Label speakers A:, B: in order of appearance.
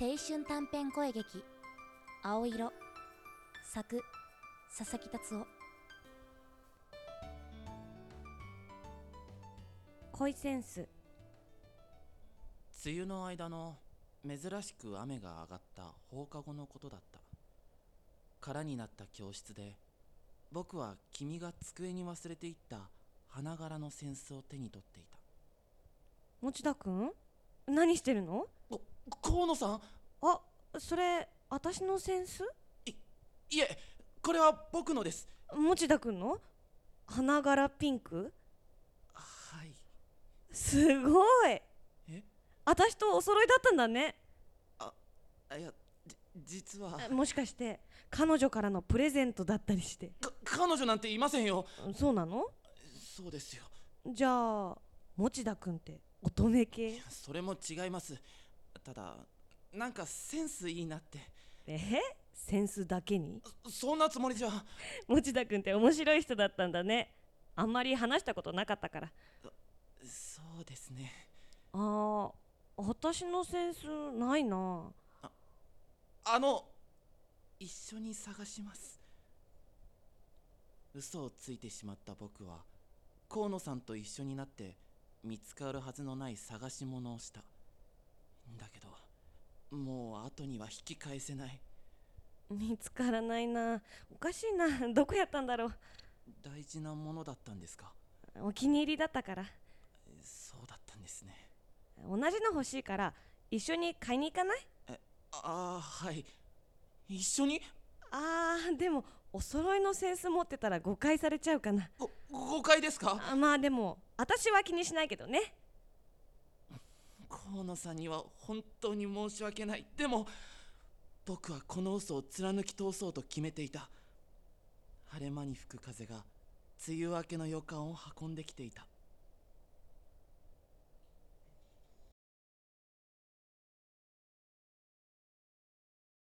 A: 青春短編声劇「青色」作佐々木達夫
B: 恋センス
C: 梅雨の間の珍しく雨が上がった放課後のことだった空になった教室で僕は君が机に忘れていった花柄の扇子を手に取っていた
B: 持田君何してるの
C: こ河野さん
B: あそれ私のセンス
C: いえこれは僕のです
B: 持田君の花柄ピンク
C: はい
B: すごい
C: え
B: 私とお揃いだったんだね
C: あいやじ実は
B: もしかして彼女からのプレゼントだったりして
C: か彼女なんていませんよ
B: そうなの
C: そうですよ
B: じゃあ持田君って乙女系
C: それも違いますただなんかセンスいいなって
B: えセンスだけに
C: そそんなつもりじゃ
B: 持田君って面白い人だったんだねあんまり話したことなかったから
C: そうですね
B: あー私のセンスないな
C: あの一緒に探します嘘をついてしまった僕は河野さんと一緒になって見つかるはずのない探し物をしただけどもう後には引き返せない
B: 見つからないなおかしいな どこやったんだろ
C: 大事なものだったんですか
B: うお気に入りだったから
C: そうだったんですね
B: 同じの欲しいから一緒に買いに行かない
C: ああはい一緒に
B: あーでもお揃いのセンス持ってたら誤解されちゃうかな
C: ご誤解ですか
B: あまあでも私は気にしないけどね
C: 河野さんには本当に申し訳ないでも僕はこの嘘を貫き通そうと決めていた晴れ間に吹く風が梅雨明けの予感を運んできていた